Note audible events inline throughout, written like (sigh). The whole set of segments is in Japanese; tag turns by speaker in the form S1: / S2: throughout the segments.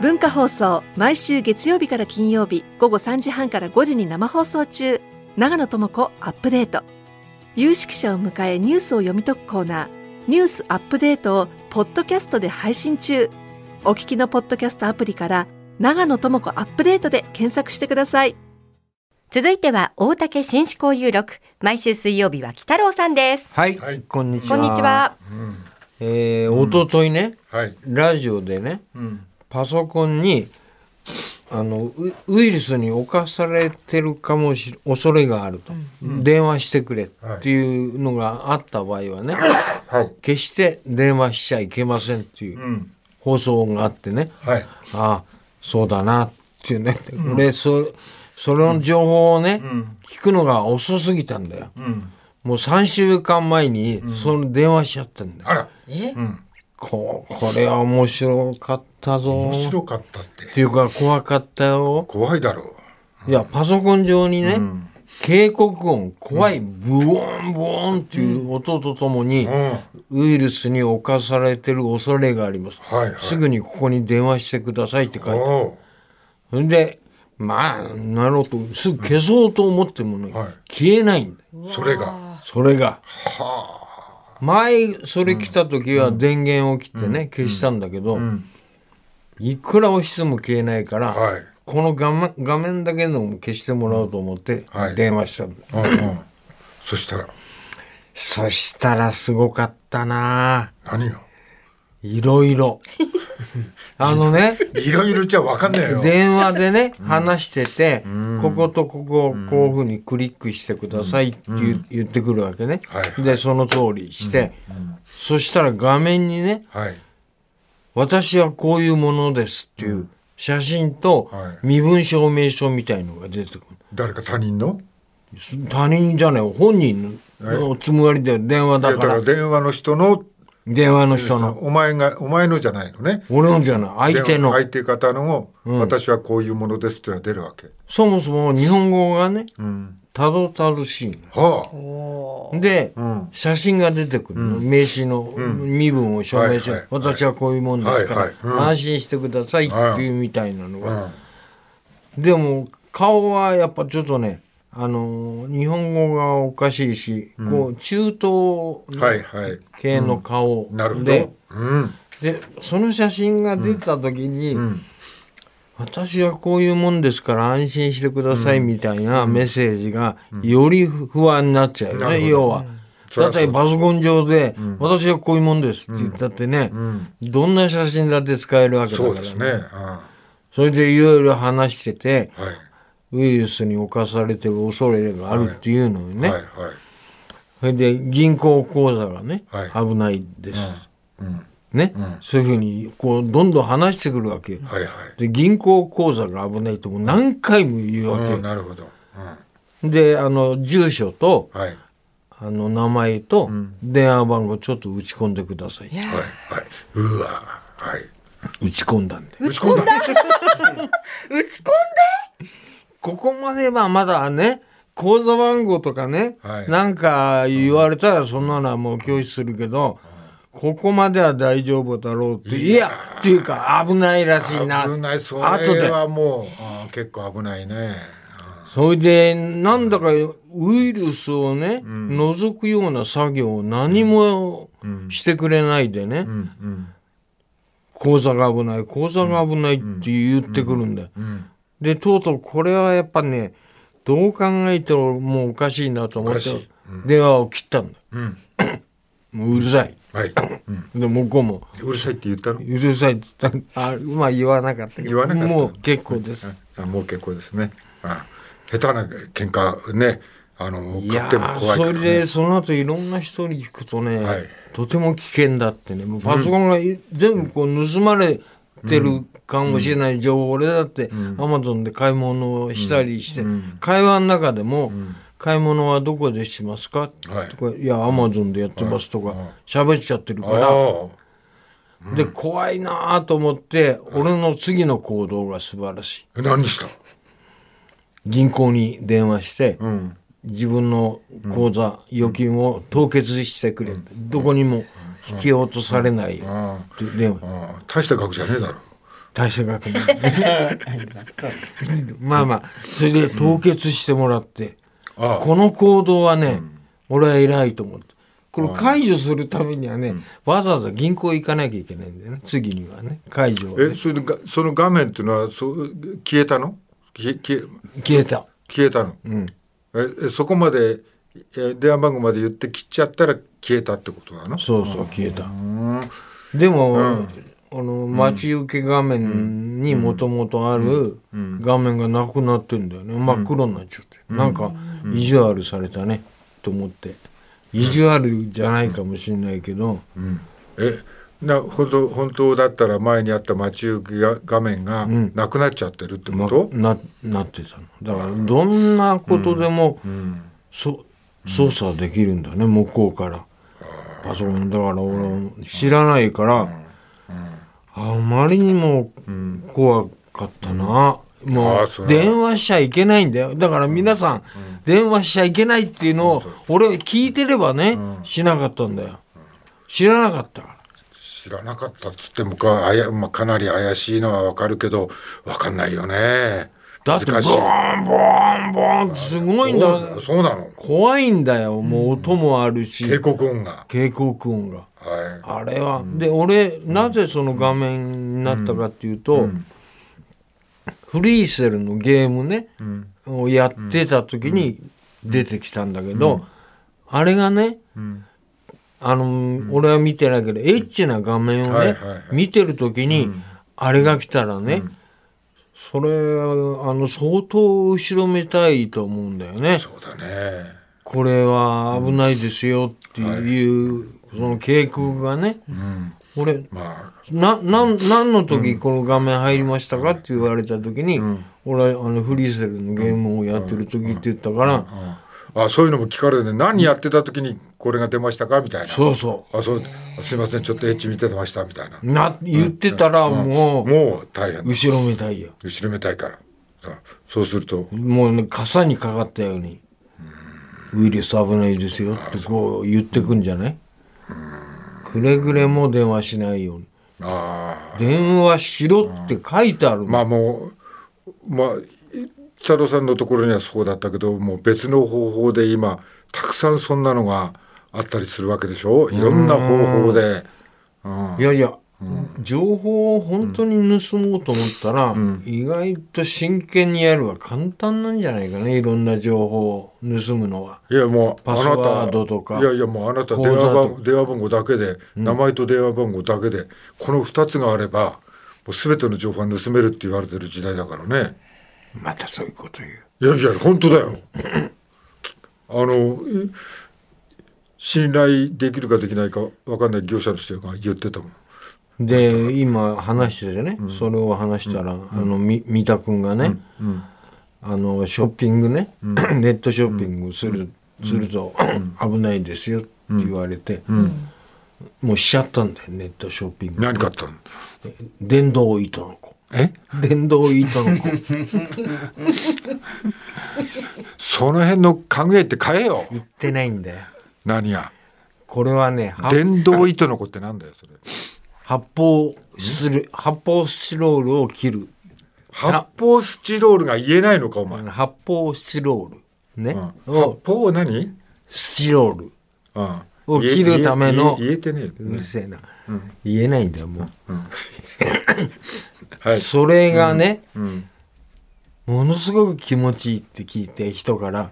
S1: 文化放送毎週月曜日から金曜日午後3時半から5時に生放送中長野智子アップデート有識者を迎えニュースを読み解くコーナー「ニュースアップデート」をポッドキャストで配信中お聞きのポッドキャストアプリから「長野智子アップデート」で検索してください
S2: 続いては大竹紳士交有録毎週水曜日は北郎さんです
S3: はい、
S4: はい
S3: こんにち
S2: こ
S3: は。
S2: んにち。は
S3: えー、おとといね、
S4: はい。
S3: ラジオでね、
S4: ん
S3: パソコンに、あのウウイルスに侵されてるかもし恐れがあると、電話してくれっていうのがあった場合はね、
S4: はい。。
S3: 決して電話しちゃいけませんっていううん放送があってね、
S4: はい。
S3: ああそうだなっていうね、俺そその情報をね、聞くのが遅すぎたんだよ、
S4: ん
S3: もう3週間前にその電話しちゃったんだよ、
S4: あら、
S3: ここれは面白かったぞ
S4: 面
S3: っ
S4: 白かったって。
S3: ていうか怖かったよ
S4: 怖いだろ
S3: いやパソコン上にね、警告音怖いブオンブオンっていう音とともに、
S4: う。うん。
S3: ウイルスに侵されてる恐れがあります、
S4: はいはい
S3: すぐにここに電話してくださいって書いてある
S4: おう。
S3: それでまあなるほどすぐ消そうと思ってもね、
S4: はい
S3: 消えないんだよ
S4: それが。
S3: それが。前それ来た時は電源を切ってね、消したんだけど、いくら押しても消えないから、
S4: はい
S3: この画面画面だけでも消してもらおうと思って
S4: はい
S3: 電話したんだ、
S4: うんうん。そしたら、
S3: そしたらすごかったなぁ
S4: 何よ。
S3: いろい
S4: (laughs)
S3: ろあのね
S4: いろいろじゃわかんないよ。
S3: 電話でね、話してて、こことここをこういうふうにクリックしてくださいって言,、言ってくるわけね、
S4: はい
S3: でその通りして、そしたら画面にね
S4: はい。
S3: 「私はこういうものです」っていう写真と
S4: はい
S3: 身分証明書みたいのが出てく
S4: 誰か他人の
S3: る他人じゃない本人のつむがりで電話
S4: いや
S3: だ
S4: だ
S3: か
S4: から
S3: ら
S4: 電話の人の、
S3: 電話の人の
S4: お前が、お前のじゃないのね。
S3: 俺のじゃない相手
S4: 電話
S3: の
S4: 相手方のを、私はこういうものですってのは出るわけ。
S3: そもそも日本語がね
S4: うん。
S3: たどたどしいの
S4: は
S3: で、
S4: ん
S3: 写真が出てくるの、名刺の身分を証明して、
S4: はいはい
S3: 私はこういうもんですから、
S4: はいはいうん
S3: 安心してくださいっていうみたいなの
S4: あ。う
S3: が、
S4: ん。
S3: でも顔はやっぱちょっとねあのー日本語がおかしいし、こう中東
S4: はいはい。
S3: 系の顔
S4: なるほ
S3: で
S4: ど。うん。
S3: でその写真が出た時に、私はこういうもんですから安心してくださいみたいなメッセージがより不安になっちゃうよね、要は。
S4: そり
S3: だ
S4: ゃ
S3: っ
S4: そう
S3: てパソコン上で、私はこういうもんですって言ったってね、どんな写真だって使えるわけだか
S4: そう
S3: ら、
S4: ですね。うん。は
S3: それでいろいろ話してて
S4: い。
S3: ウイルスに侵されてる恐れがあるっていうのよね、
S4: はいはい。
S3: それで銀行口座がね、
S4: はい
S3: 危ないです、ね、そういうふうにこうどんどん話してくるわけよ、
S4: はいは
S3: で銀行口座が危ないともう何回も言うわ
S4: い。
S3: けよ、
S4: うん、なるほど。
S3: であの住所と
S4: うん、はい。はい。
S3: あの名前と電話番号ちょっと打ち込んでください、
S4: はい。うわ。はい。
S3: 打ち込んだんで
S4: 打ち込んだ。
S2: 打ち込ん
S3: ここまではまだね口座番号とかね、
S4: はい
S3: なんか言われたらそんなのはもう拒否するけど、ここまでは大丈夫だろうっていやっていうか危ないらしいな
S4: 危ない。そ
S3: 後
S4: れ
S3: で
S4: はもう、あー結構危ないね。
S3: それでなんだかウイルスをね、除くような作業を何もしてくれないでね、口座が危ない口座が危ないって言ってくるんだよ。でとうとうこれはやっぱねどう考えてももうおかしいなと思って
S4: おかしい
S3: 電話を切ったんだよ。
S4: ん
S3: もううるさい。
S4: はい。
S3: で向こうも
S4: うるさいって言った
S3: 「
S4: の
S3: うるさい」って言ったあまあ言わなかったけど
S4: 言わなかった
S3: もう結構です。
S4: あもう結構ですね。あ下手な喧嘩ね、あの、
S3: い
S4: 買
S3: や
S4: っても
S3: ー
S4: 怖いから、
S3: そ
S4: ね。
S3: れでその後いろんな人に聞くとね、
S4: はい
S3: とても危険だってねもうパソコンがい全部こう盗まれてるかもしれない情報、俺だってアマゾンで買い物をしたりして、会話の中でも、買い物はどこでしますか?」
S4: はい
S3: とか「いやアマゾンでやってます」とか喋、っちゃってるから、
S4: あ
S3: で怖いなーと思って俺の次の行動が素晴らしい。
S4: あ。何した
S3: 銀行に電話して、自分の口座、預金を凍結してくれ、どこにも引き落とされないよって電話、
S4: あー大した額じゃねえだろ。
S3: 大成学年まあまあそれで凍結してもらって、
S4: ああ
S3: この行動はね、俺は偉いと思ってこれ解除するためにはね、わざわざ銀行行かなきゃいけないんだよね次にはね解除をね
S4: えそれでがその画面っていうのはそう消えたの消え消え
S3: 消えた
S4: 消えたの、ええそこまでえ電話番号まで言って切っちゃったら消えたってことなの
S3: そうそう消えたでも、あの待ち受け画面にもともとある画面がなくなってんだよね真っ黒になっちゃって、なんか意地悪されたねと思って意地悪じゃないかもしれないけど、
S4: えな本当本当だったら前にあった待ち受けが画面がなくなっちゃってるってこ
S3: ま
S4: と、
S3: ななってたのだからどんなことでも、そ操作できるんだね向こうからパソコンだから俺知らないから、あまりにも怖かったな、も
S4: あーそうれは
S3: 電話しちゃいけないんだよだから皆さん、電話しちゃいけないっていうのを俺聞いてればね、しなかったんだよ知らなかったから。
S4: 知らなかったっつってもかあや、まあ、かなり怪しいのはわかるけどわかんないよね
S3: だってボ
S4: 難しい
S3: ーンボーンボーンってすごいんだ
S4: そうそうなの
S3: 怖いんだよもう音もあるし、
S4: 警告音が
S3: 警告音が
S4: はい
S3: あれは、で俺なぜその画面になったかっていうと、フリーセルのゲームね、をやってた時に出てきたんだけど、あれがね、あの俺は見てないけどエッチな画面をね、
S4: はいはいはい
S3: 見てる時に、あれが来たらね、それあの相当後ろめたいと思うんだよね。
S4: そうだね
S3: これは危ないですよっていう、その警告がね、俺
S4: まあ
S3: ななん何の時この画面入りましたかって言われた時に、俺あのフリーセルのゲームをやってる時って言ったから、
S4: あそういうのも聞かれるね何やってた時にこれが出ましたかみたいな
S3: そうそ
S4: あそうすいませんちょっとエッチ見てましたみたいな
S3: うな言ってたらもう
S4: もう大変
S3: 後ろめたいよ
S4: 後ろめたいからさそうすると
S3: もうね傘にかかったようにウイルス危ないですよってこう言ってくんじゃないくれぐれも電話しないように
S4: ああ
S3: 電話しろって書いてあるもん
S4: まあもうまあ太郎さんのところにはそうだったけどもう別の方法で今たくさんそんなのがあったりするわけでしょいろんな方法でうん
S3: いやいや、情報を本当に盗もうと思ったら、意外と真剣にやるは簡単なんじゃないかねいろんな情報を盗むのは。
S4: いやもうあ
S3: パ
S4: な
S3: ス
S4: た
S3: ワードとか
S4: いやいやもうあなた
S3: 口
S4: 電
S3: 座とか
S4: 話番電話番号だけで、名前と電話番号だけでこの2つがあればもう全ての情報が盗めるって言われてる時代だからね
S3: またそういうこと言う。
S4: いやいや本当だよ (coughs) あのい信頼できるかできないか分かんない業者の人が言ってたもん
S3: で今話しててね、それを話したら、あのみ三田君がね、あのショッピングね、 (coughs) ネットショッピングする,、すると (coughs) 危ないですよって言われて、もうしちゃったんだよネットショッピング
S4: 何買ったの
S3: 電動糸の子
S4: え
S3: 電動糸 (laughs) の子
S4: その辺の考えって買えよ
S3: 言ってないんだよ
S4: 何や
S3: これはねは
S4: 電動糸の子ってなんだよそれ
S3: 発泡する発泡スチロールを切る
S4: 発泡スチロールが言えないのかお前、
S3: あの発泡スチロールね、
S4: うん
S3: を
S4: 発泡は何
S3: スチロール
S4: ああ
S3: を切るための
S4: 言え言え言えてねえ
S3: うるせえな、言えないんだよもう、
S4: はい (laughs)
S3: それがね、
S4: ん
S3: ものすごく気持ちいいって聞いて人から、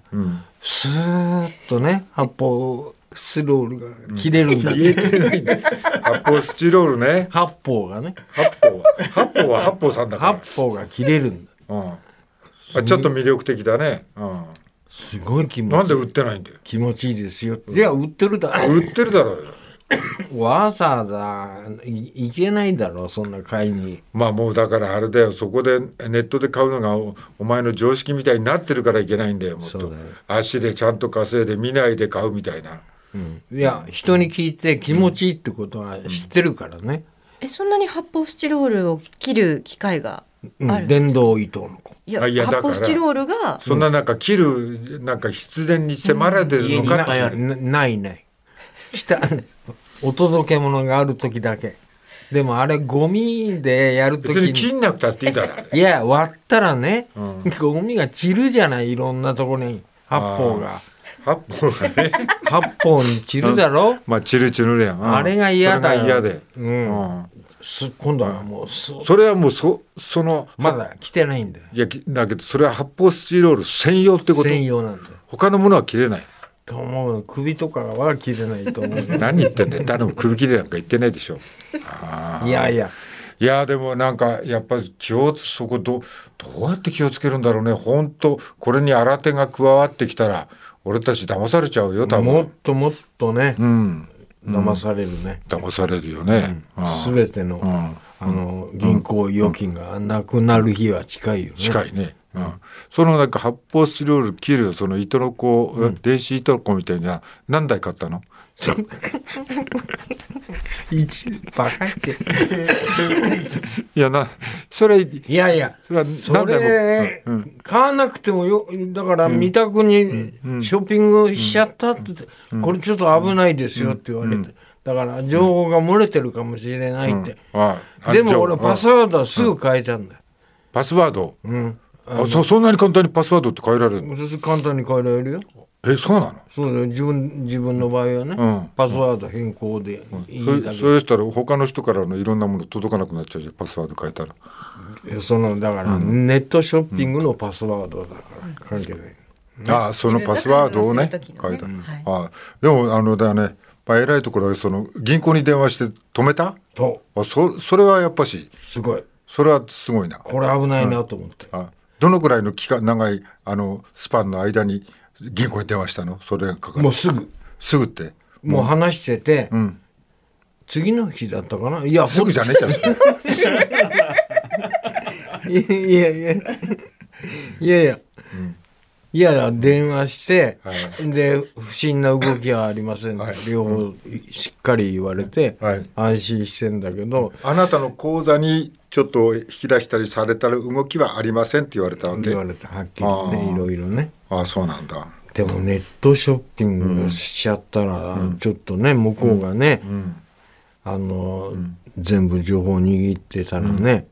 S3: スーッとね発泡スチロールが切れるんだって、
S4: 言えてないんだよ発泡スチロールね
S3: 発泡がね
S4: 発泡は発泡は発泡さんだから
S3: 発泡が切れるんだ
S4: うんあちょっと魅力的だね、う
S3: すごい気
S4: ん、な
S3: 持
S4: ん
S3: ち
S4: で
S3: いい
S4: 売ってないんだよ
S3: 気持ちいいですよいや売ってるだ
S4: 売ってるだろうよ
S3: わざわざいいけないだろそんな買いに
S4: まあもうだからあれだよそこでネットで買うのがおお前の常識みたいになってるからいけないんだよもっ
S3: そ
S4: と
S3: うだよ
S4: 足でちゃんと稼いで見ないで買うみたいない
S3: や人に聞いて気持ちいいってことは知ってるからね、
S2: えそんなに発泡スチロールを切る機械が
S3: うん
S2: ある、
S3: 電動伊藤の子
S2: いや
S4: あいやだから
S2: 発泡スチロールが
S4: そんななんか切るなんか必然に迫られてるのかっていう
S3: (laughs) なないないしたお届け物がある時だけでもあれゴミでやるとき
S4: 別に
S3: に
S4: 切んなくたっていいだろあれ
S3: いや割ったらね、
S4: うん
S3: ゴミが散るじゃないいろんなところに八方が
S4: 八方がね
S3: 八方に散るだろ、
S4: (laughs) まあチルチルやん
S3: あれが嫌だよ
S4: それが嫌で、
S3: うん
S4: うん
S3: す今度はもうす
S4: それはもうそその
S3: まだ来てないんだよ
S4: いやきだけどそれは発泡スチロール専用ってこと
S3: 専用なんだよ
S4: 他のものは切れない
S3: と思う首とかは切れないと思う
S4: 何言ってんだよ誰も首切れなんか言ってないでしょ (laughs) あー
S3: いやいや
S4: いやでもなんかやっぱり気をつそこどどうやって気をつけるんだろうね本当これに新手が加わってきたら俺たち騙されちゃうよ多
S3: もっ
S4: 分
S3: ともっとね
S4: うん
S3: 騙されるね、
S4: 騙されるよね、うん
S3: すべての、
S4: うん
S3: あの銀行預金がなくなる日は近いよね。
S4: 近いね、うん、そのなんか発泡スチロール切るその糸のこう、電子糸のこみたいな何台買ったの
S3: (laughs) 一バカって。
S4: いやなそれ
S3: いやいや。
S4: それは
S3: そ
S4: 何
S3: れ
S4: 台も、うんうん
S3: 買わなくてもよだから三択にショッピングしちゃったって、これちょっと危ないですよって言われて、だから情報が漏れてるかもしれないって、
S4: ああ
S3: で
S4: じゃ
S3: も
S4: あ
S3: 俺パス
S4: あ
S3: ワードはすぐ変えたんだよ、
S4: パスワード、
S3: うん、
S4: あそそんなに簡単にパスワードって変えられるの
S3: そうすると簡単に変えられるよ
S4: えそうなの
S3: そうだよ自分自分の場合はね、
S4: うん
S3: パスワード変更でいい
S4: そ
S3: んだ
S4: れ
S3: け
S4: そ
S3: ど、
S4: れしたら他の人からのいろんなもの届かなくなっちゃうじゃんパスワード変えたら
S3: そのだからネットショッピングのパスワードだから関係ない、
S4: ああそのパスワードをね
S2: そ
S4: 書
S2: れだから
S4: いた、
S2: 忘れる時のねはい
S4: ああでもあのだよね、まあ、偉いところはその銀行に電話して止めた
S3: と
S4: あそそれはやっぱし
S3: すごい
S4: それはすごいな
S3: これ危ないなと思って、
S4: あどのくらいの期間長いあのスパンの間に銀行に電話したのそれがかかる
S3: もうすぐ
S4: すぐって
S3: もう話してて、
S4: ん
S3: 次の日だったかないや
S4: すぐじゃねえじゃんそれ
S3: いや (laughs) いやいやいやいや、いやいや電話して、で不審な動きはありません、
S4: はい
S3: 両方しっかり言われて、
S4: はい
S3: 安心してんだけど、
S4: あなたの口座にちょっと引き出したりされたら動きはありませんって言われたわけ
S3: 言われてはっきりね
S4: あー
S3: いろいろね
S4: ああそうなんだ
S3: でもネットショッピングしちゃったら、ちょっとね向こうがね、あの、全部情報握ってたらね、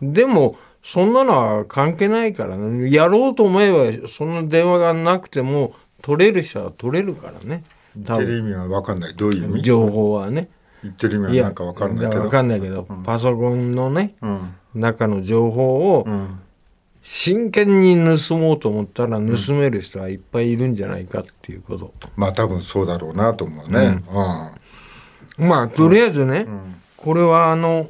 S4: うん
S3: でもそんなのは関係ないからねやろうと思えばそんな電話がなくても取れる人は取れるからね多
S4: 言ってる
S3: 分
S4: 意味は分かんないどういう意味
S3: 情報はね
S4: 言ってる意味はなんか分かんないけ
S3: わ
S4: ど
S3: かんないけど、パソコンのね
S4: うん
S3: 中の情報を
S4: うん
S3: 真剣に盗もうと思ったら盗める人はいっぱいいるんじゃないかっていうこと、
S4: まあ多分そうだろうなと思うねう
S3: まあとりあえずね、これはあの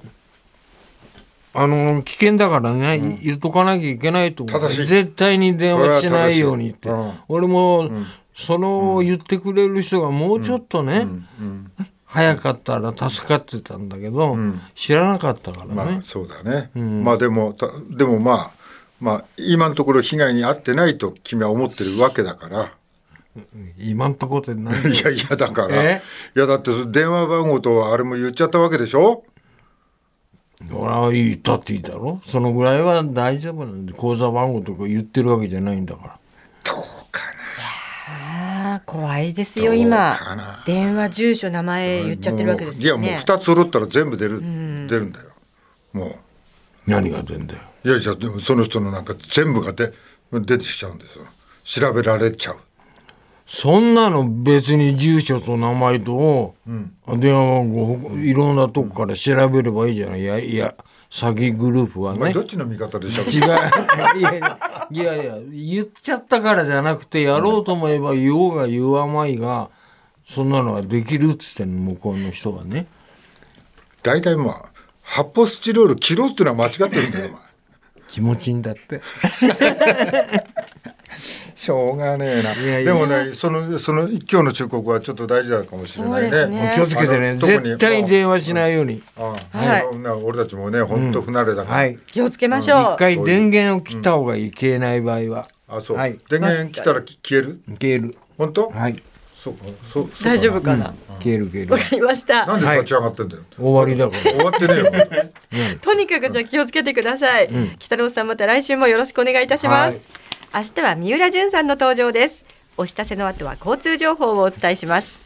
S3: あの危険だからね、言っとかなきゃいけないと思う
S4: 正しい
S3: 絶対に電話しないようにって、
S4: それは正しいうん
S3: 俺も、その言ってくれる人がもうちょっとね、
S4: んうん
S3: 早かったら助かってたんだけど、知らなかったからね、
S4: まあそうだねまあでもたでもまあまあ今のところ被害に遭ってないと君は思ってるわけだから
S3: 今んとこって何
S4: いやいやだからい
S3: え
S4: やだってその電話番号とあれも言っちゃったわけでしょ
S3: 俺は言ったっていいだろそのぐらいは大丈夫なんで口座番号とか言ってるわけじゃないんだから
S4: どうか
S2: あー怖いですよ
S4: どう
S2: 今
S4: かな
S2: 電話住所名前言っちゃってるわけですよね
S4: いやもう2つ揃ったら全部出る出るんだよも
S3: 何が出んだよ
S4: ういやじゃあでもその人のなんか全部がで出てきちゃうんですよ調べられちゃう
S3: そんなの別に住所と名前と、電話番号ほいろんなとこから調べればいいじゃないいやいや詐欺グループは
S4: お前
S3: ね
S4: どっちの味方でしょう
S3: 違ういやいやいやいや言っちゃったからじゃなくてやろうと思えば言おうが言わまいがそんなのはできるっつってんの向こうの人がね
S4: 大体まあ発泡スチロール切ろうっていうのは間違ってるんだよお
S3: (laughs)
S4: 前
S3: 気持ちいいんだって
S4: しょうがねえない
S3: やいや
S4: でもねそのその今日の忠告はちょっと大事だかもしれないね
S2: そうですね
S3: 気をつけて
S4: あ
S3: ね
S4: の特に
S3: 絶対電話しないように
S4: ああ
S2: はい
S4: あのな俺たちもね本当不慣れだから、
S3: はい
S2: 気をつけましょう
S3: 一、回電源を切った方がいけない場合は
S4: あそう、
S3: はい
S4: 電源来たら消える
S3: 消える
S4: 本当、
S3: はい
S4: そうかそうそうかな
S2: 大丈夫かなわ、
S3: 消える消える
S2: かりました
S4: なんで立ち上がってんだよ、
S3: 終わりだから
S4: 終わってねえよまだ
S2: とにかくじゃあ気をつけてください、北郎さんまた来週もよろしくお願いいたします、明日は三浦淳さんの登場ですお知らせの後は交通情報をお伝えします